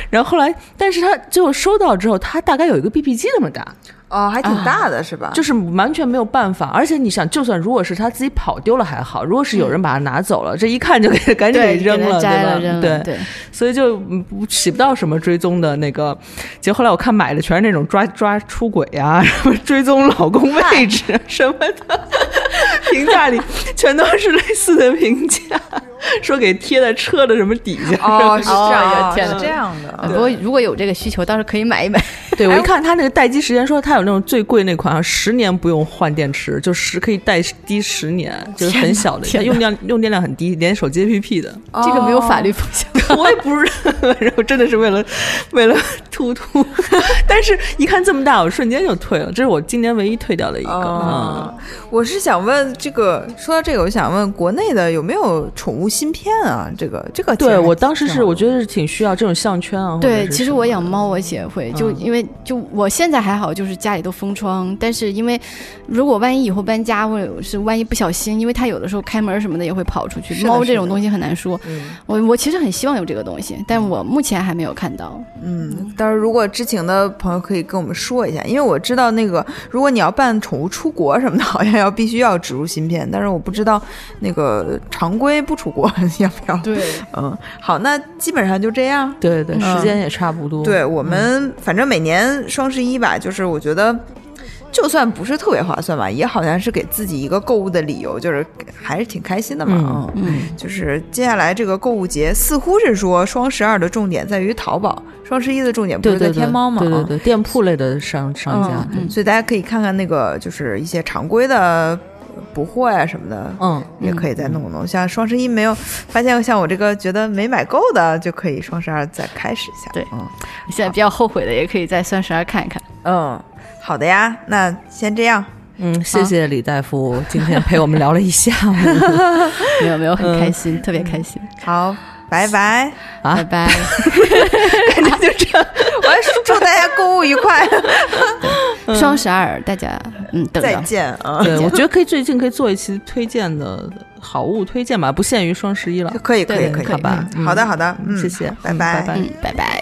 然后后来，但是他最后收到之后，他大概有一个 BB 机那么大。
啊
哦，还挺大的是吧？
就是完全没有办法。而且你想，就算如果是他自己跑丢了还好，如果是有人把他拿走了，这一看就给他赶紧给
对
扔
给它
了，
摘
吧？
了扔
对
了，，对，
所以就嗯不起不到什么追踪的那个。结果后来我看买的全是那种抓抓出轨啊， 什么追踪老公位 置啊什么的，评价里全都是类似的评价。 说给贴在车的什么底下。
哦， 是这
哎
样，
呀天哪
是这样的。
不过如果有这个需求，倒是可以买一 买。
对哎我一看它那个待机时间，说它有那种最贵那款，十年不用换电池，就十可以待低十年，就是很小的，它用量用电量很低，连手机 APP 的。
这个没有法律风险。
我也不知道，然后真的是为了为了突突， 但是一看这么大，我瞬间就退了，这是我今年唯一退掉的一个。嗯
哦我是想问这个，说到这个，我想问国内的有没有宠物芯片啊？这个这个其
对
实还
我当时
挺
是我觉得是挺需要这种项圈啊。或者
对，
是
其实
什
我
么
养猫，我也会，就
嗯
因为就我现在还好，就是家里都封窗，但是因为如果万一以后搬家，或者是万一不小心，因为它有的时候开门什么的也会跑出去
是，的
猫
是
这种
的
东西很难说。
嗯
我我其实很希望有这个东西，但我目前还没有看到。
嗯，但是如果知情的朋友可以跟我们说一下，因为我知道那个，如果你要办宠物出国什么的， 好像要必须要植入芯片，但是我不知道那个常规不出国 要不要。
对，
嗯，好，那基本上就这样。
对对，
嗯
时间也差不多。嗯
对我们，反正每年双十一吧，就是我觉得。就算不是特别划算吧，也好像是给自己一个购物的理由，就是还是挺开心的嘛。
嗯
嗯，
就是接下来这个购物节，似乎是说双十二的重点在于淘宝，双十一的重点不
对
是
对
在
对
天猫嘛？
对对
啊
对，店铺类的商商家。对
嗯
所以大家可以看看那个，就是一些常规的补货呀、什么的，
嗯，
也可以再弄弄。像双十一没有发现，像我这个觉得没买够的，就可以双十二再开始一下。
对
嗯
现在比较后悔的，也可以在双十二看一看。
嗯，好的呀，那先这样。
嗯，谢谢李大夫今天陪我们聊了一 下午
没有没有，很开心，特别开心。
好，拜拜！
啊
拜拜。
我还祝大家购物愉快，
双十二大家嗯等
再
着。
见啊！
对，我觉得可以最近可以做一期推荐的好物推荐吧，不限于双十一了。
可以，可以，
对
可以，
好吧
嗯好的，好的，嗯，
谢谢
拜
嗯拜拜
嗯，拜拜。